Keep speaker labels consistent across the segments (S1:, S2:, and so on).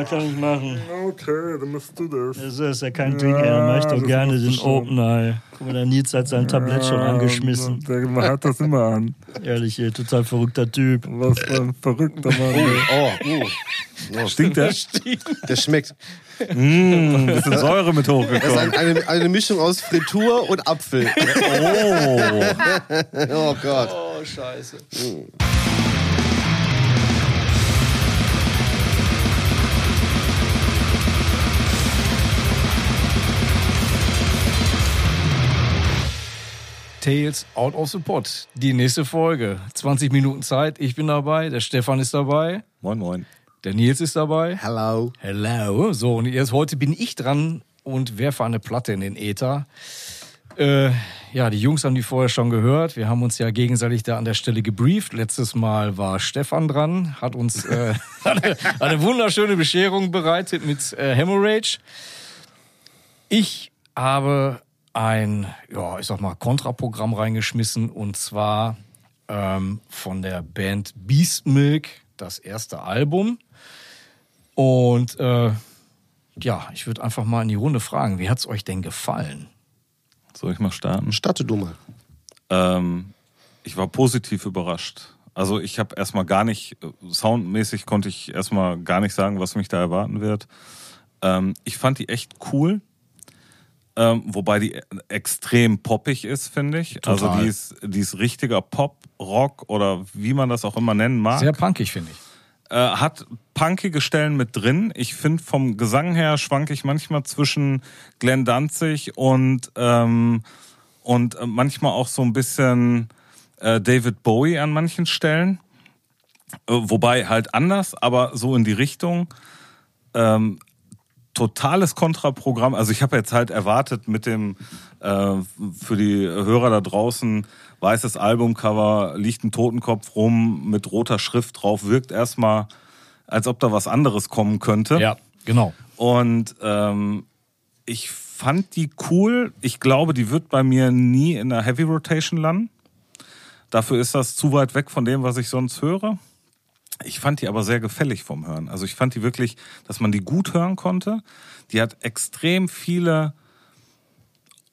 S1: das kann ich machen.
S2: Okay, dann machst du das.
S1: Das ist ja kein Ding, ey. Dann mach ich
S2: das
S1: doch gerne
S2: machst du
S1: den
S2: schon.
S1: Open Eye. Guck mal, der Nils hat sein Tablett schon
S2: Ja,
S1: angeschmissen.
S2: Der der hat das immer an.
S1: Ehrlich, ey, total verrückter Typ.
S2: Was für ein verrückter Mann. ey.
S3: Oh, uh. oh.
S2: Stinkt der?
S3: Der schmeckt.
S2: Mm, bisschen Säure mit
S3: Das ist
S2: hochgekommen.
S3: ein, eine, eine Mischung aus Fritur und Apfel.
S2: Oh.
S3: Oh Gott.
S4: Oh, scheiße.
S5: Tales Out of the Pot. Die nächste Folge. 20 Minuten Zeit. Ich bin dabei. Der Stefan ist dabei.
S2: Moin, moin.
S5: Der Nils ist dabei.
S3: Hello.
S5: Hello. So, und erst heute bin ich dran und werfe eine Platte in den Äther. Äh, ja, die Jungs haben die vorher schon gehört. Wir haben uns ja gegenseitig da an der Stelle gebrieft. Letztes Mal war Stefan dran, hat uns äh, eine, eine wunderschöne Bescherung bereitet mit äh, Hemorrhage. Ich habe ein, ja, ich sag mal, Kontraprogramm reingeschmissen und zwar ähm, von der Band Beast Milk, das erste Album. Und äh, ja, ich würde einfach mal in die Runde fragen, wie hat's euch denn gefallen?
S6: Soll ich mal starten?
S3: Starte du mal.
S6: Ähm, ich war positiv überrascht. Also ich habe erstmal gar nicht, äh, soundmäßig konnte ich erstmal gar nicht sagen, was mich da erwarten wird. Ähm, ich fand die echt cool. Ähm, wobei die e- extrem poppig ist, finde ich. Also die ist, die ist richtiger Pop, Rock oder wie man das auch immer nennen mag.
S5: Sehr punkig, finde ich.
S6: äh, hat punkige Stellen mit drin. Ich finde, vom Gesang her schwanke ich manchmal zwischen Glenn Danzig und, ähm, und äh, manchmal auch so ein bisschen äh, David Bowie an manchen Stellen. Äh, wobei halt anders, aber so in die Richtung. Ähm, totales Kontraprogramm. Also ich habe jetzt halt erwartet mit dem äh, für die Hörer da draußen weißes Albumcover, liegt ein Totenkopf rum mit roter Schrift drauf, wirkt erstmal, als ob da was anderes kommen könnte.
S5: Ja, genau.
S6: Und ähm, ich fand die cool. Ich glaube, die wird bei mir nie in einer Heavy Rotation landen. Dafür ist das zu weit weg von dem, was ich sonst höre. Ich fand die aber sehr gefällig vom Hören. Also ich fand die wirklich, dass man die gut hören konnte. Die hat extrem viele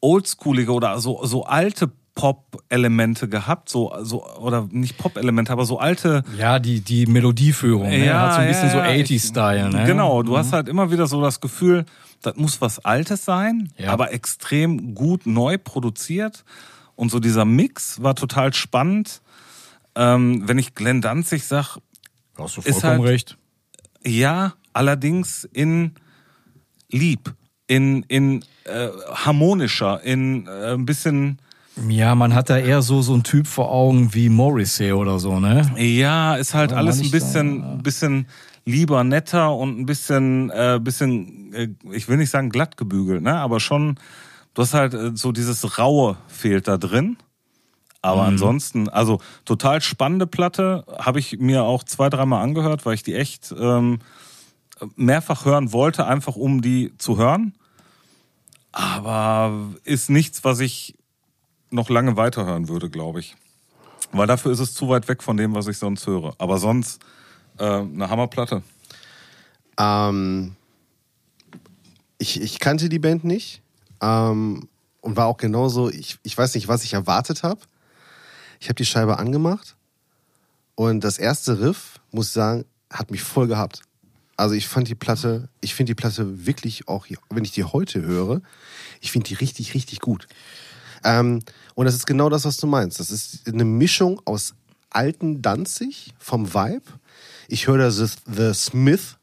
S6: oldschoolige oder so, so alte Pop-Elemente gehabt, so, so, oder nicht Pop-Elemente, aber so alte
S5: Ja, die, die Melodieführung, ne? hat so ein bisschen
S6: ja, ja.
S5: so 80-Style. Ne?
S6: Genau, du hast halt immer wieder so das Gefühl, das muss was Altes sein,
S5: Ja.
S6: aber extrem gut neu produziert. Und so dieser Mix war total spannend. Ähm, wenn ich Glenn Danzig sag,
S5: Da Hast du
S6: Ist
S5: vollkommen
S6: halt-
S5: recht.
S6: ja, allerdings in lieb, in, in äh, harmonischer, in äh, ein bisschen,
S5: Ja, man hat da eher so, so einen Typ vor Augen wie Morrissey oder so, ne?
S6: Ja, ist halt
S5: Oder
S6: alles
S5: manch
S6: ein bisschen,
S5: da,
S6: bisschen lieber, netter und ein bisschen, äh, bisschen, äh, ich will nicht sagen glatt gebügelt, ne? Aber schon, du hast halt äh, so dieses Raue fehlt da drin. Aber ansonsten, also total spannende Platte, habe ich mir auch zwei, dreimal angehört, weil ich die echt ähm, mehrfach hören wollte, einfach um die zu hören. Aber ist nichts, was ich noch lange weiterhören würde, glaube ich. Weil dafür ist es zu weit weg von dem, was ich sonst höre. Aber sonst äh, eine Hammerplatte.
S3: Ähm, ich, ich kannte die Band nicht ähm, und war auch genauso, ich, ich weiß nicht, was ich erwartet habe. Ich habe die Scheibe angemacht und das erste Riff, muss ich sagen, hat mich voll gehabt. Also ich fand die Platte, ich finde die Platte wirklich auch, hier- wenn ich die heute höre, ich finde die richtig, richtig gut. Ähm, und das ist genau das, was du meinst. Das ist eine Mischung aus alten Danzig vom Vibe. Ich höre da The, The Smith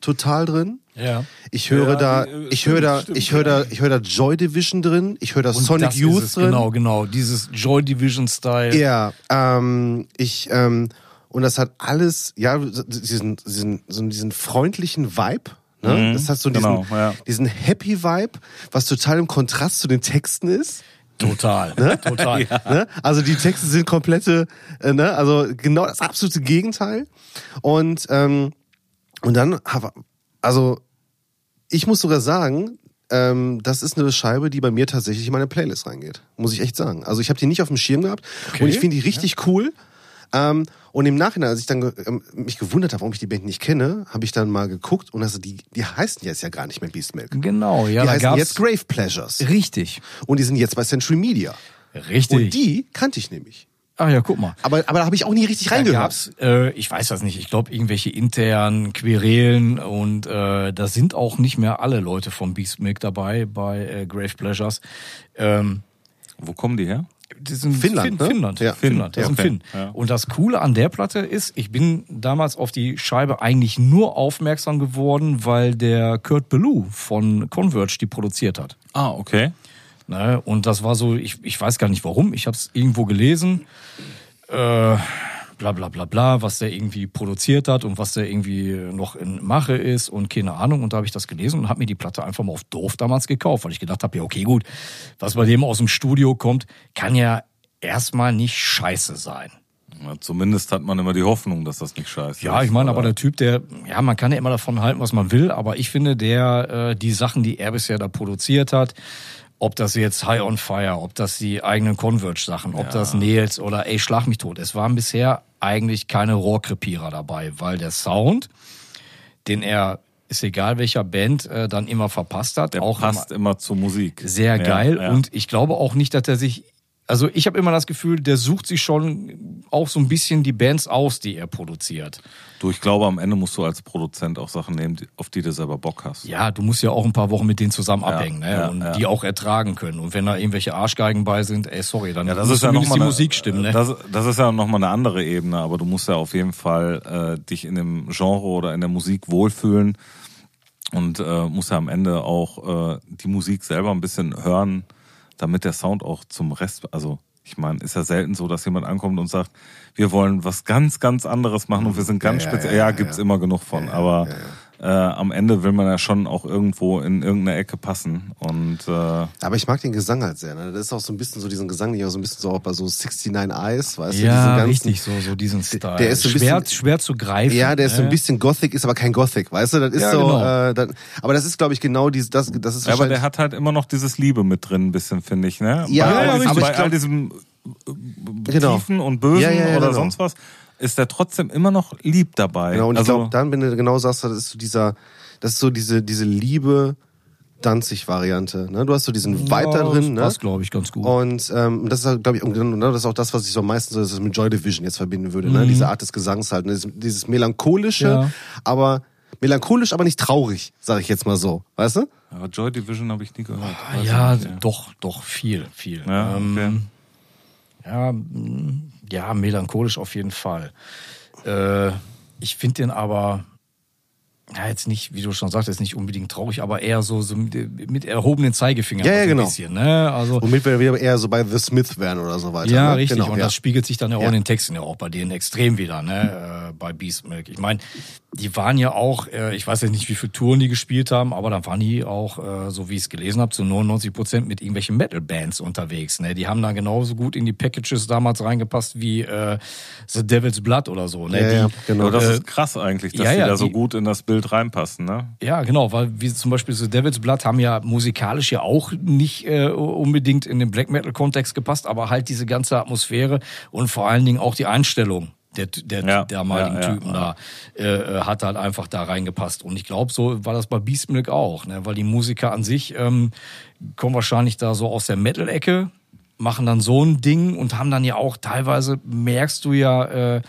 S3: total drin.
S5: Ja.
S3: Ich höre da,
S6: Ja, äh,
S3: ich
S6: stimmt,
S3: höre da,
S6: stimmt,
S3: ich höre da, ich höre da Joy Division drin. Ich höre da
S5: Und
S3: Sonic
S5: das
S3: Youth
S5: ist es,
S3: drin.
S5: Genau, genau. Dieses Joy Division-Style.
S3: Ja, ähm, ich, ähm, und das hat alles, ja, diesen, diesen, so diesen freundlichen Vibe. Ne?
S6: Mhm,
S3: das hat so diesen,
S6: genau, ja.
S3: diesen Happy Vibe, was total im Kontrast zu den Texten ist.
S5: Total. Total.
S3: Ne? Also die Texte sind komplette, äh, ne? also genau das absolute Gegenteil. Und, ähm, und dann, hab- also ich muss sogar sagen, ähm, das ist eine Scheibe, die bei mir tatsächlich in meine Playlist reingeht. Muss ich echt sagen. Also ich habe die nicht auf dem Schirm gehabt und ich finde die richtig cool. Ähm, und im Nachhinein, als ich dann ge ähm, mich gewundert habe, warum ich die Band nicht kenne, habe ich dann mal geguckt und also die, die heißen jetzt ja gar nicht mehr Beast Milk.
S5: Genau, ja,
S3: die
S5: da
S3: heißen
S5: gab's
S3: jetzt Grave Pleasures.
S5: richtig,
S3: Und die sind jetzt bei Century Media.
S5: richtig.
S3: Und die kannte ich nämlich.
S5: Ach ja, guck mal.
S3: Aber, aber da habe ich auch nie richtig
S5: Da
S3: reingehört.
S5: gab's, äh, ich weiß das nicht, ich glaube irgendwelche internen Querelen und äh, da sind auch nicht mehr alle Leute von Beast Milk dabei bei äh, Grave Pleasures. Ähm,
S6: Wo kommen die her?
S5: das sind
S3: Finnland,
S5: Finn,
S3: ne?
S5: Finnland,
S3: Ja.
S5: Finnland, das
S6: Ja,
S5: sind
S6: okay.
S5: Finn.
S6: Ja.
S5: Und das Coole an der Platte ist, ich bin damals auf die Scheibe eigentlich nur aufmerksam geworden, weil der Kurt Ballou von Converge die produziert hat.
S6: Ah, okay.
S5: Ne? Und das war so, ich, ich weiß gar nicht warum, ich habe es irgendwo gelesen. Äh, bla bla bla bla, was der irgendwie produziert hat und was der irgendwie noch in Mache ist und keine Ahnung. Und da habe ich das gelesen und habe mir die Platte einfach mal auf doof damals gekauft, weil ich gedacht habe, ja okay, gut, was bei dem aus dem Studio kommt, kann ja erstmal nicht scheiße sein.
S6: Na, zumindest hat man immer die Hoffnung, dass das nicht scheiße ist.
S5: Ja, ich meine, aber der Typ, der, ja, man kann ja immer davon halten, was man will, aber ich finde, der, äh, die Sachen, die er bisher da produziert hat, ob das jetzt High on Fire, ob das die eigenen Converge-Sachen, ob das Nails oder ey, schlag mich tot. Es waren bisher eigentlich keine Rohrkrepierer dabei, weil der Sound, den er, ist egal welcher Band, äh, dann immer verpasst hat,
S6: der
S5: auch am-
S6: passt immer zur Musik.
S5: sehr
S6: Ja,
S5: geil
S6: ja.
S5: und ich glaube auch nicht, dass er sich also ich habe immer das Gefühl, der sucht sich schon auch so ein bisschen die Bands aus, die er produziert.
S6: Du, ich glaube, am Ende musst du als Produzent auch Sachen nehmen, die- auf die du selber Bock hast.
S5: Ja, du musst ja auch ein paar Wochen mit denen zusammen abhängen ne?
S6: ja,
S5: und
S6: ja.
S5: die auch ertragen können. Und wenn da irgendwelche Arschgeigen bei sind, ey, sorry, dann muss
S6: noch
S5: zumindest die
S6: mal eine-
S5: Musik stimmen. Ne?
S6: Das, das ist ja nochmal eine andere Ebene, aber du musst ja auf jeden Fall äh, dich in dem Genre oder in der Musik wohlfühlen und äh, musst ja am Ende auch äh, die Musik selber ein bisschen hören, damit der Sound auch zum Rest, also ich meine, ist ja selten so, dass jemand ankommt und sagt, wir wollen was ganz, ganz anderes machen und wir sind ganz
S3: Ja, ja,
S6: speziell. Ja,
S3: ja, ja,
S6: gibt's
S3: ja.
S6: immer genug von, aber Äh, am Ende will man ja schon auch irgendwo in irgendeine Ecke passen und äh,
S3: Aber ich mag den Gesang halt sehr. Ne? Das ist auch so ein bisschen so diesen Gesang, den ich auch so ein bisschen so auch bei so 69 Eyes, weißt du, diesen
S5: ja,
S3: ganzen.
S5: richtig, so, so diesen Style.
S3: der ist so ein
S5: schwer,
S3: bisschen-
S5: schwer zu greifen.
S3: Ja, der ist so ein
S5: ne?
S3: bisschen Gothic, ist aber kein Gothic, weißt du? Das ist
S5: Ja,
S3: so,
S5: genau.
S3: äh, dann, aber das ist, glaube ich, genau dieses, das, das ist
S6: Ja, aber
S3: wahrscheinlich-
S6: der hat halt immer noch dieses Liebe mit drin, ein bisschen, finde ich, ne?
S3: Ja,
S6: bei all
S3: ja,
S6: diesem,
S3: aber ich
S6: bei all
S3: glaub-
S6: diesem äh,
S3: Genau.
S6: Tiefen und Bösen
S3: Ja, ja, ja,
S6: oder
S3: genau.
S6: sonst was, ist der trotzdem immer noch lieb dabei.
S3: Genau, und
S6: also,
S3: ich glaube, dann, wenn du genau sagst, das ist so dieser, das ist so diese, diese Liebe Danzig-Variante. Ne? Du hast so diesen Vibe
S5: Ja,
S3: da
S5: das
S3: drin, ne?
S5: passt, glaube ich, ganz gut.
S3: Und ähm, das ist, glaube ich, und genau das ist auch das, was ich so am meisten so das mit Joy Division jetzt verbinden würde, ne? Diese Art des Gesangs halt. Ne? Dieses, dieses melancholische,
S5: Mhm. Ja.
S3: aber melancholisch, aber nicht traurig, sage ich jetzt mal so. Weißt du?
S6: aber Joy Division habe ich nie gehört.
S5: Ah,
S6: Weiß
S5: ja,
S6: ich nicht,
S5: doch, doch, viel, viel.
S6: Ja,
S5: Ähm,
S6: okay.
S5: Ja, mh, ja, melancholisch auf jeden Fall. Äh, ich finde den aber, ja, jetzt nicht, wie du schon sagtest, nicht unbedingt traurig, aber eher so, so mit, mit erhobenen Zeigefinger.
S3: Ja, ja,
S5: so ein
S3: genau.
S5: Bisschen, ne? also,
S3: Womit wir wieder eher so bei The Smith wären oder so weiter.
S5: ja,
S3: ne?
S5: richtig.
S3: Genau,
S5: und
S3: ja.
S5: das spiegelt sich dann ja auch
S3: Ja.
S5: in den Texten ja auch bei denen extrem wieder, ne? Äh, bei Beast Milk. Ich meine, die waren ja auch, äh, ich weiß jetzt nicht, wie viele Touren die gespielt haben, aber dann waren die auch, äh, so wie ich es gelesen habe, zu 99 Prozent mit irgendwelchen Metal-Bands unterwegs. Ne? Die haben da genauso gut in die Packages damals reingepasst wie äh, The Devil's Blood oder so. Ne?
S3: Ja,
S5: die,
S3: ja,
S6: Ja.
S3: genau.
S6: Aber das
S5: äh,
S6: ist krass eigentlich, dass
S5: ja, ja,
S6: die da so
S5: die-
S6: gut in das Bild reinpassen, ne?
S5: Ja, genau, weil wie zum Beispiel so Devil's Blood haben ja musikalisch ja auch nicht äh, unbedingt in den Black Metal-Kontext gepasst, aber halt diese ganze Atmosphäre und vor allen Dingen auch die Einstellung der, der
S6: Ja,
S5: damaligen
S6: ja, ja,
S5: Typen da äh, äh, hat halt einfach da reingepasst. Und ich glaube, so war das bei Beast Milk auch, ne? weil die Musiker an sich ähm, kommen wahrscheinlich da so aus der Metal-Ecke, machen dann so ein Ding und haben dann ja auch teilweise, merkst du ja, äh,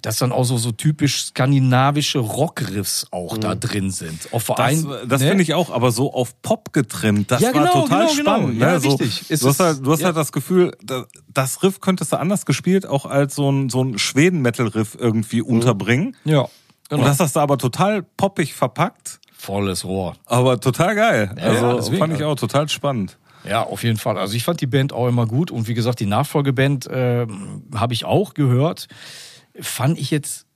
S5: dass dann auch so, so typisch skandinavische Rockriffs auch da drin sind. Auf ne?
S6: Das, äh,
S5: Verein,
S6: das finde ich auch, aber so auf Pop getrimmt, das
S5: Ja,
S6: war
S5: genau,
S6: total
S5: genau, genau.
S6: spannend.
S5: Ja,
S6: ne? so,
S5: richtig. Es
S6: Du hast,
S5: ist-
S6: halt, du hast
S5: ja.
S6: halt das Gefühl, da- das Riff könntest du anders gespielt auch als so ein, so ein Schweden-Metal-Riff irgendwie
S3: Mhm.
S6: unterbringen.
S5: Ja,
S6: Und
S5: genau.
S6: das hast du aber total poppig verpackt.
S5: Volles Rohr.
S6: Aber total geil.
S5: Ja, ja,
S6: Also
S5: deswegen
S6: fand ich
S5: halt.
S6: auch total spannend.
S5: Ja, auf jeden Fall. Also ich fand die Band auch immer gut und wie gesagt, die Nachfolgeband äh, habe ich auch gehört. Fand ich jetzt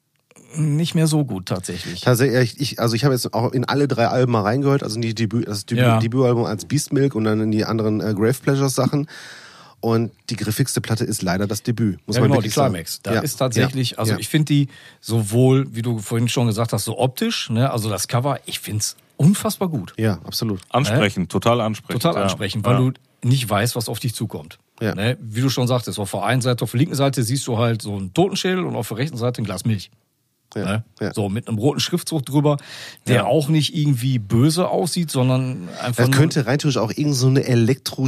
S5: nicht mehr so gut tatsächlich.
S3: Tatsächlich, ich, also ich habe jetzt auch in alle drei Alben mal reingehört, also in die Debüt, das Debüt,
S5: Ja.
S3: Debütalbum als Beast Milk und dann in die anderen äh, Grave Pleasures Sachen. Und die griffigste Platte ist leider das Debüt, muss
S5: Ja,
S3: man
S5: genau, die
S3: wirklich sagen.
S5: Climax. Da
S3: Ja.
S5: ist tatsächlich,
S3: Ja.
S5: also
S3: Ja.
S5: ich finde die sowohl, wie du vorhin schon gesagt hast, so optisch, ne, also das Cover, ich finde es unfassbar gut.
S3: Ja, absolut.
S6: Ansprechend, total ansprechend.
S5: Total
S6: ja.
S5: ansprechend, weil du nicht weißt, was auf dich zukommt.
S3: Ja.
S5: Ne? Wie du schon sagtest, auf der einen Seite, auf der linken Seite siehst du halt so einen Totenschädel und auf der rechten Seite ein Glas Milch.
S3: Ja,
S5: Ne?
S3: ja.
S5: So mit einem roten Schriftzug drüber, der auch nicht irgendwie böse aussieht, sondern einfach.
S3: Das
S5: nur-
S3: könnte rein theoretisch auch irgend so eine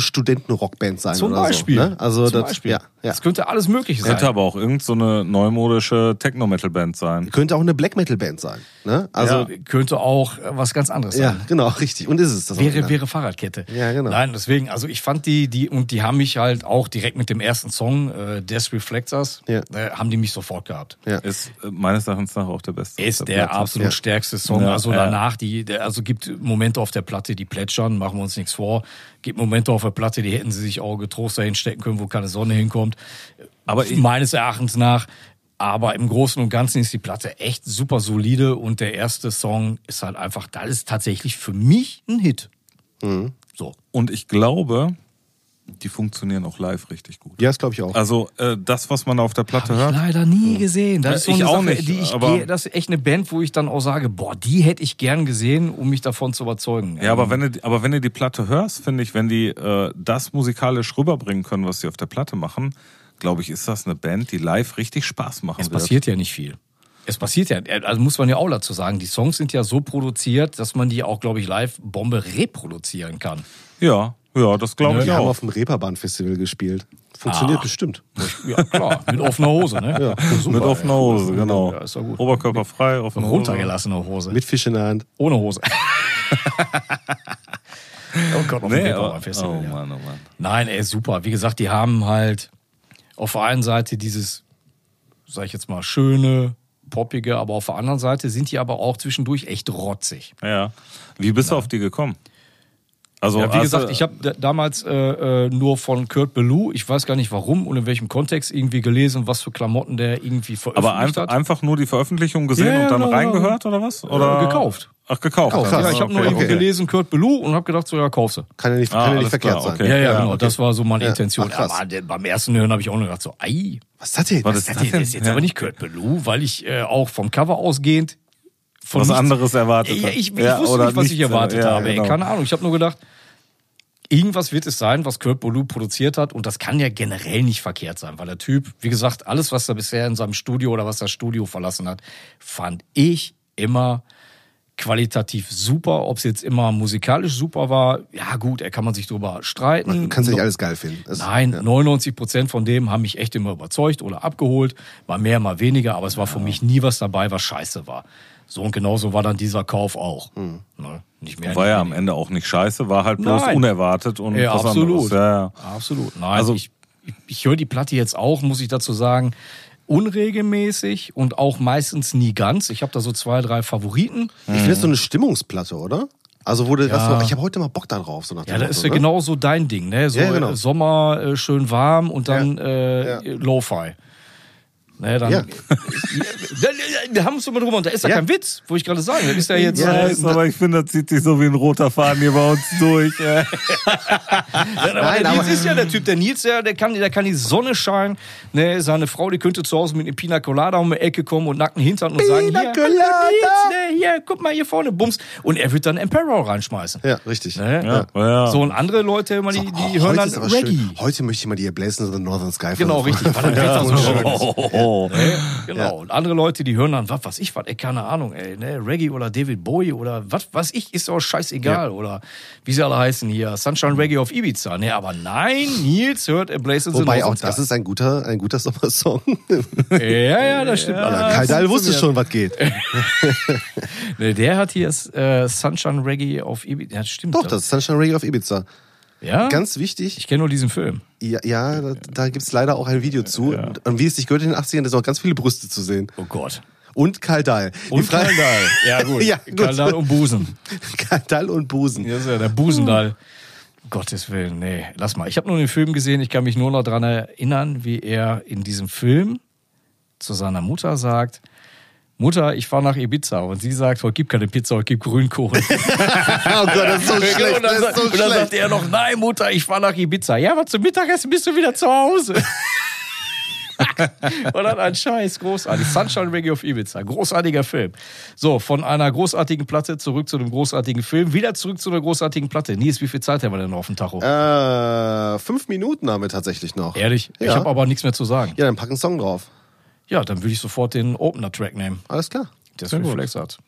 S3: Elektro-Studenten-Rockband sein.
S5: zum
S3: oder
S5: Beispiel.
S3: So, ne? Also
S5: zum
S3: das,
S5: Beispiel.
S3: Ja, ja.
S5: Das könnte alles möglich sein.
S6: Könnte aber auch irgend so eine neumodische Techno-Metal-Band sein.
S3: könnte auch eine Black-Metal-Band sein. Ne? Also,
S5: ja, könnte auch äh, was ganz anderes
S3: ja.
S5: sein.
S3: genau, richtig. Und ist es das
S5: Wäre,
S3: auch, ne?
S5: wäre Fahrradkette.
S3: Ja, genau.
S5: Nein, deswegen, also ich fand die, die, und die haben mich halt auch direkt mit dem ersten Song, äh, Death Reflectors,
S3: Ja.
S5: äh, haben die mich sofort gehabt.
S3: Ja.
S6: Ist äh, meines Erachtens nach auch der beste. auf
S5: Ist der,
S6: Platte.
S5: absolut
S3: Ja.
S5: stärkste Song.
S6: Ja,
S5: also
S6: ja.
S5: danach, die, der, also gibt Momente auf der Platte, die plätschern, machen wir uns nichts vor. Gibt Momente auf der Platte, die hätten sie sich auch getrost dahin stecken können, wo keine Sonne hinkommt. Äh,
S6: Aber ich-
S5: meines Erachtens nach. Aber im Großen und Ganzen ist die Platte echt super solide und der erste Song ist halt einfach, das ist tatsächlich für mich ein Hit. So.
S6: Und ich glaube, die funktionieren auch live richtig gut.
S3: Ja, das glaube ich auch.
S6: Also äh, das, was man auf der Platte
S5: Hab ich
S6: hört.
S5: leider nie gesehen. Das
S6: Ja,
S5: ist so
S6: Mhm. ich
S5: eine
S6: auch
S5: Sache,
S6: nicht,
S5: die ich
S6: aber-
S5: gehe, das ist echt eine Band, wo ich dann auch sage, boah, die hätte ich gern gesehen, um mich davon zu überzeugen.
S6: Ja, aber wenn, du, die- aber wenn du die Platte hörst, finde ich, wenn die äh, das musikalisch rüberbringen können, was sie auf der Platte machen, glaube ich, ist das eine Band, die live richtig Spaß machen
S5: Es
S6: wird.
S5: passiert ja nicht viel. Es passiert ja, also muss man ja auch dazu sagen, die Songs sind ja so produziert, dass man die auch, glaube ich, live Bombe reproduzieren kann.
S6: Ja, ja, das glaube
S3: Wir
S6: ich
S3: haben
S5: genau.
S6: auch.
S3: auf dem Reeperbahn-Festival gespielt.
S5: Ah.
S3: Funktioniert bestimmt.
S5: Ja, klar, mit offener Hose, ne? Super,
S6: Mit offener
S5: ey.
S6: Hose, genau.
S5: Ja, ist doch gut.
S6: Oberkörper frei, offene
S5: Oh.
S6: Hose.
S5: Runtergelassener Hose.
S3: Mit Fisch in der Hand.
S5: Ohne Hose. oh Gott, auf dem
S6: Nee,
S5: Reeperbahn
S6: aber,
S5: Festival,
S6: oh
S5: ja.
S6: Mann, oh Mann.
S5: Nein, ey, super. Wie gesagt, die haben halt auf der einen Seite dieses, sag ich jetzt mal, schöne, poppige, aber auf der anderen Seite sind die aber auch zwischendurch echt rotzig.
S6: Ja. Wie bist du auf die gekommen? Also,
S5: Ja, wie
S6: hast
S5: gesagt,
S6: du-
S5: ich habe da- damals äh, äh, nur von Kurt Ballou, ich weiß gar nicht warum und in welchem Kontext irgendwie gelesen, was für Klamotten der irgendwie veröffentlicht
S6: Aber einfach,
S5: hat.
S6: einfach nur die Veröffentlichung gesehen
S5: Ja, ja,
S6: und dann
S5: genau,
S6: reingehört oder was? Oder?
S5: Äh, gekauft.
S6: Ach, gekauft.
S3: Gekauft,
S6: dann.
S3: krass.
S5: ja, ich habe nur
S6: Okay,
S5: irgendwie
S6: okay.
S5: gelesen, Kurt Ballou und habe gedacht, so ja, kauf sie.
S3: Kann ja nicht,
S6: Ah,
S3: kann ja
S6: alles
S3: nicht verkehrt
S6: klar,
S3: sein.
S6: okay.
S5: Ja, ja,
S6: Ja,
S5: genau.
S6: okay.
S5: Das war so meine
S3: Ja,
S5: Intention.
S3: ach, krass.
S5: aber der- beim ersten Hören habe ich auch nur gedacht, so, ei,
S3: Was ist das denn?
S6: Was
S5: das, das, das ist jetzt
S6: Ja.
S5: aber nicht Kurt Ballou, weil ich äh, auch vom Cover ausgehend von
S6: Was
S5: nichts-
S6: anderes erwartet.
S5: Ja,
S6: hat.
S5: ich, ich
S6: Ja,
S5: wusste
S6: oder
S5: nicht, was ich
S6: nichts,
S5: erwartet
S6: ja,
S5: habe.
S6: genau.
S5: Ey, keine Ahnung. Ich habe nur gedacht, irgendwas wird es sein, was Kurt Ballou produziert hat. Und das kann ja generell nicht verkehrt sein, weil der Typ, wie gesagt, alles, was er bisher in seinem Studio oder was das Studio verlassen hat, fand ich immer qualitativ super. Ob es jetzt immer musikalisch super war, ja gut, er kann man sich drüber streiten.
S3: Du kannst ja nicht alles geil finden. Es-
S5: Nein, 99 Prozent von dem haben mich echt immer überzeugt oder abgeholt. Mal mehr, mal weniger, aber es war für mich nie was dabei, was scheiße war. So und genauso war dann dieser Kauf auch. Ne? Nicht mehr.
S6: War
S5: nicht
S6: ja am Ende auch nicht scheiße, war halt bloß
S5: Nein.
S6: unerwartet und
S5: weniger. ja,
S6: was
S5: absolut.
S6: anderes. Ja, ja.
S5: Absolut. Nein, also
S6: Also-
S5: ich, ich, ich höre die Platte jetzt auch, muss ich dazu sagen, unregelmäßig und auch meistens nie ganz. Ich habe da so zwei, drei Favoriten.
S3: Ich finde das so eine Stimmungsplatte, oder? Also wurde das so, ich habe heute mal Bock da drauf, so nach dem
S5: Ja, das
S3: Motto,
S5: ist ja
S3: ne?
S5: genau so dein Ding, ne? So
S3: Ja, genau.
S5: äh, Sommer äh, schön warm und dann
S3: Ja.
S5: äh,
S3: Ja.
S5: Lo-Fi. Ne, dann,
S3: Ja.
S5: Da- da haben wir uns immer drüber und da ist ja,
S3: Ja.
S5: kein Witz, wo ich gerade sage. Das ist ja jetzt.
S6: Ja,
S5: äh,
S6: ist, aber ich finde, das zieht sich so wie ein roter Faden hier bei uns durch. Ja.
S5: aber
S3: Nein,
S5: der
S3: aber-
S5: Nils ist ja der Typ, der Nils, der, der, kann, der kann die Sonne scheinen. Ne, seine Frau, die könnte zu Hause mit einem Pina Colada um die Ecke kommen und nackten Hintern und sagen:
S3: Pina
S5: hier,
S3: Colada.
S5: Nils, ne, hier, guck mal hier vorne, Bums. Und er wird dann Emperor reinschmeißen.
S3: Ja, richtig.
S5: Ne?
S6: Ja, ja.
S5: So, und andere Leute, immer, die, die
S3: Oh,
S5: hören
S3: heute
S5: dann
S3: ist aber
S5: Reggae.
S3: schön. Heute möchte ich mal die Ablazen of the Northern Sky
S5: Genau,
S3: von-
S5: richtig. War
S3: von-
S5: dann ja,
S3: von-
S5: so
S6: Oh, oh, oh.
S5: Genau. Und andere Leute, die hören dann, was weiß ich, was, ey, keine Ahnung, ey, ne, Reggae oder David Bowie oder was weiß ich, ist auch scheißegal. Oder wie sie alle heißen hier, Sunshine Reggae auf Ibiza. Ne, aber nein, Nils hört Ablaze in the
S3: Wobei
S5: North
S3: auch
S5: and
S3: das
S5: Sky.
S3: ist ein guter, ein guter Sommersong.
S5: Ja, ja, das stimmt. allerdings.
S3: Kai Dahl wusste schon, was geht.
S5: Ne, der hat hier äh, Sunshine Reggae auf Ibiza. Ja, stimmt.
S3: Doch, das ist Sunshine Reggae auf Ibiza.
S5: Ja?
S3: Ganz wichtig,
S5: ich kenne nur diesen Film.
S3: ja, ja da, da gibt es leider auch ein Video zu. Und, und wie es sich gehört in den 80ern, da sind auch ganz viele Brüste zu sehen.
S5: Oh Gott.
S3: Und Karl Dahl.
S5: Und
S3: Frage-
S5: Kaldal. Ja, gut.
S3: Ja,
S5: ja,
S3: gut.
S5: Kaldal und Busen.
S3: Karl Dahl und Busen.
S5: Das ist ja der Busendal. Gottes Willen, nee, lass mal. Ich habe nur den Film gesehen, ich kann mich nur noch daran erinnern, wie er in diesem Film zu seiner Mutter sagt, Mutter, ich fahre nach Ibiza. Und sie sagt, heute gibt keine Pizza, heute gibt Grünkohl.
S3: Oh Gott, das ist so schlecht.
S5: und Genau, dann,
S3: Das ist
S5: sagt-
S3: so
S5: und dann sagt
S3: schlecht.
S5: er noch, nein Mutter, ich fahre nach Ibiza. Ja, aber zum Mittagessen bist du wieder zu Hause. Und dann ein Scheiß, großartig. Sunshine Reggae of Ibiza, großartiger Film. So, von einer großartigen Platte zurück zu einem großartigen Film, wieder zurück zu einer großartigen Platte. Nies, wie viel Zeit haben wir denn noch auf dem Tacho?
S3: Äh, fünf Minuten haben wir tatsächlich noch.
S5: Ehrlich, ich
S3: Ja.
S5: habe aber nichts mehr zu sagen.
S3: Ja, dann pack einen Song drauf.
S5: Ja, dann würde ich sofort den Opener-Track nehmen.
S3: Alles klar.
S5: Das Reflex hat.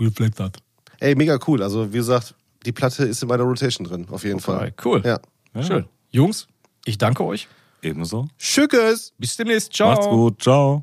S2: Reflect hat.
S3: Ey, mega cool. Also, wie gesagt, die Platte ist in meiner Rotation drin, auf jeden Fall.
S5: Cool.
S3: Ja.
S5: Schön. Jungs, ich danke euch.
S6: Ebenso.
S3: Schückes!
S5: Bis demnächst. Ciao.
S6: Macht's gut. Ciao.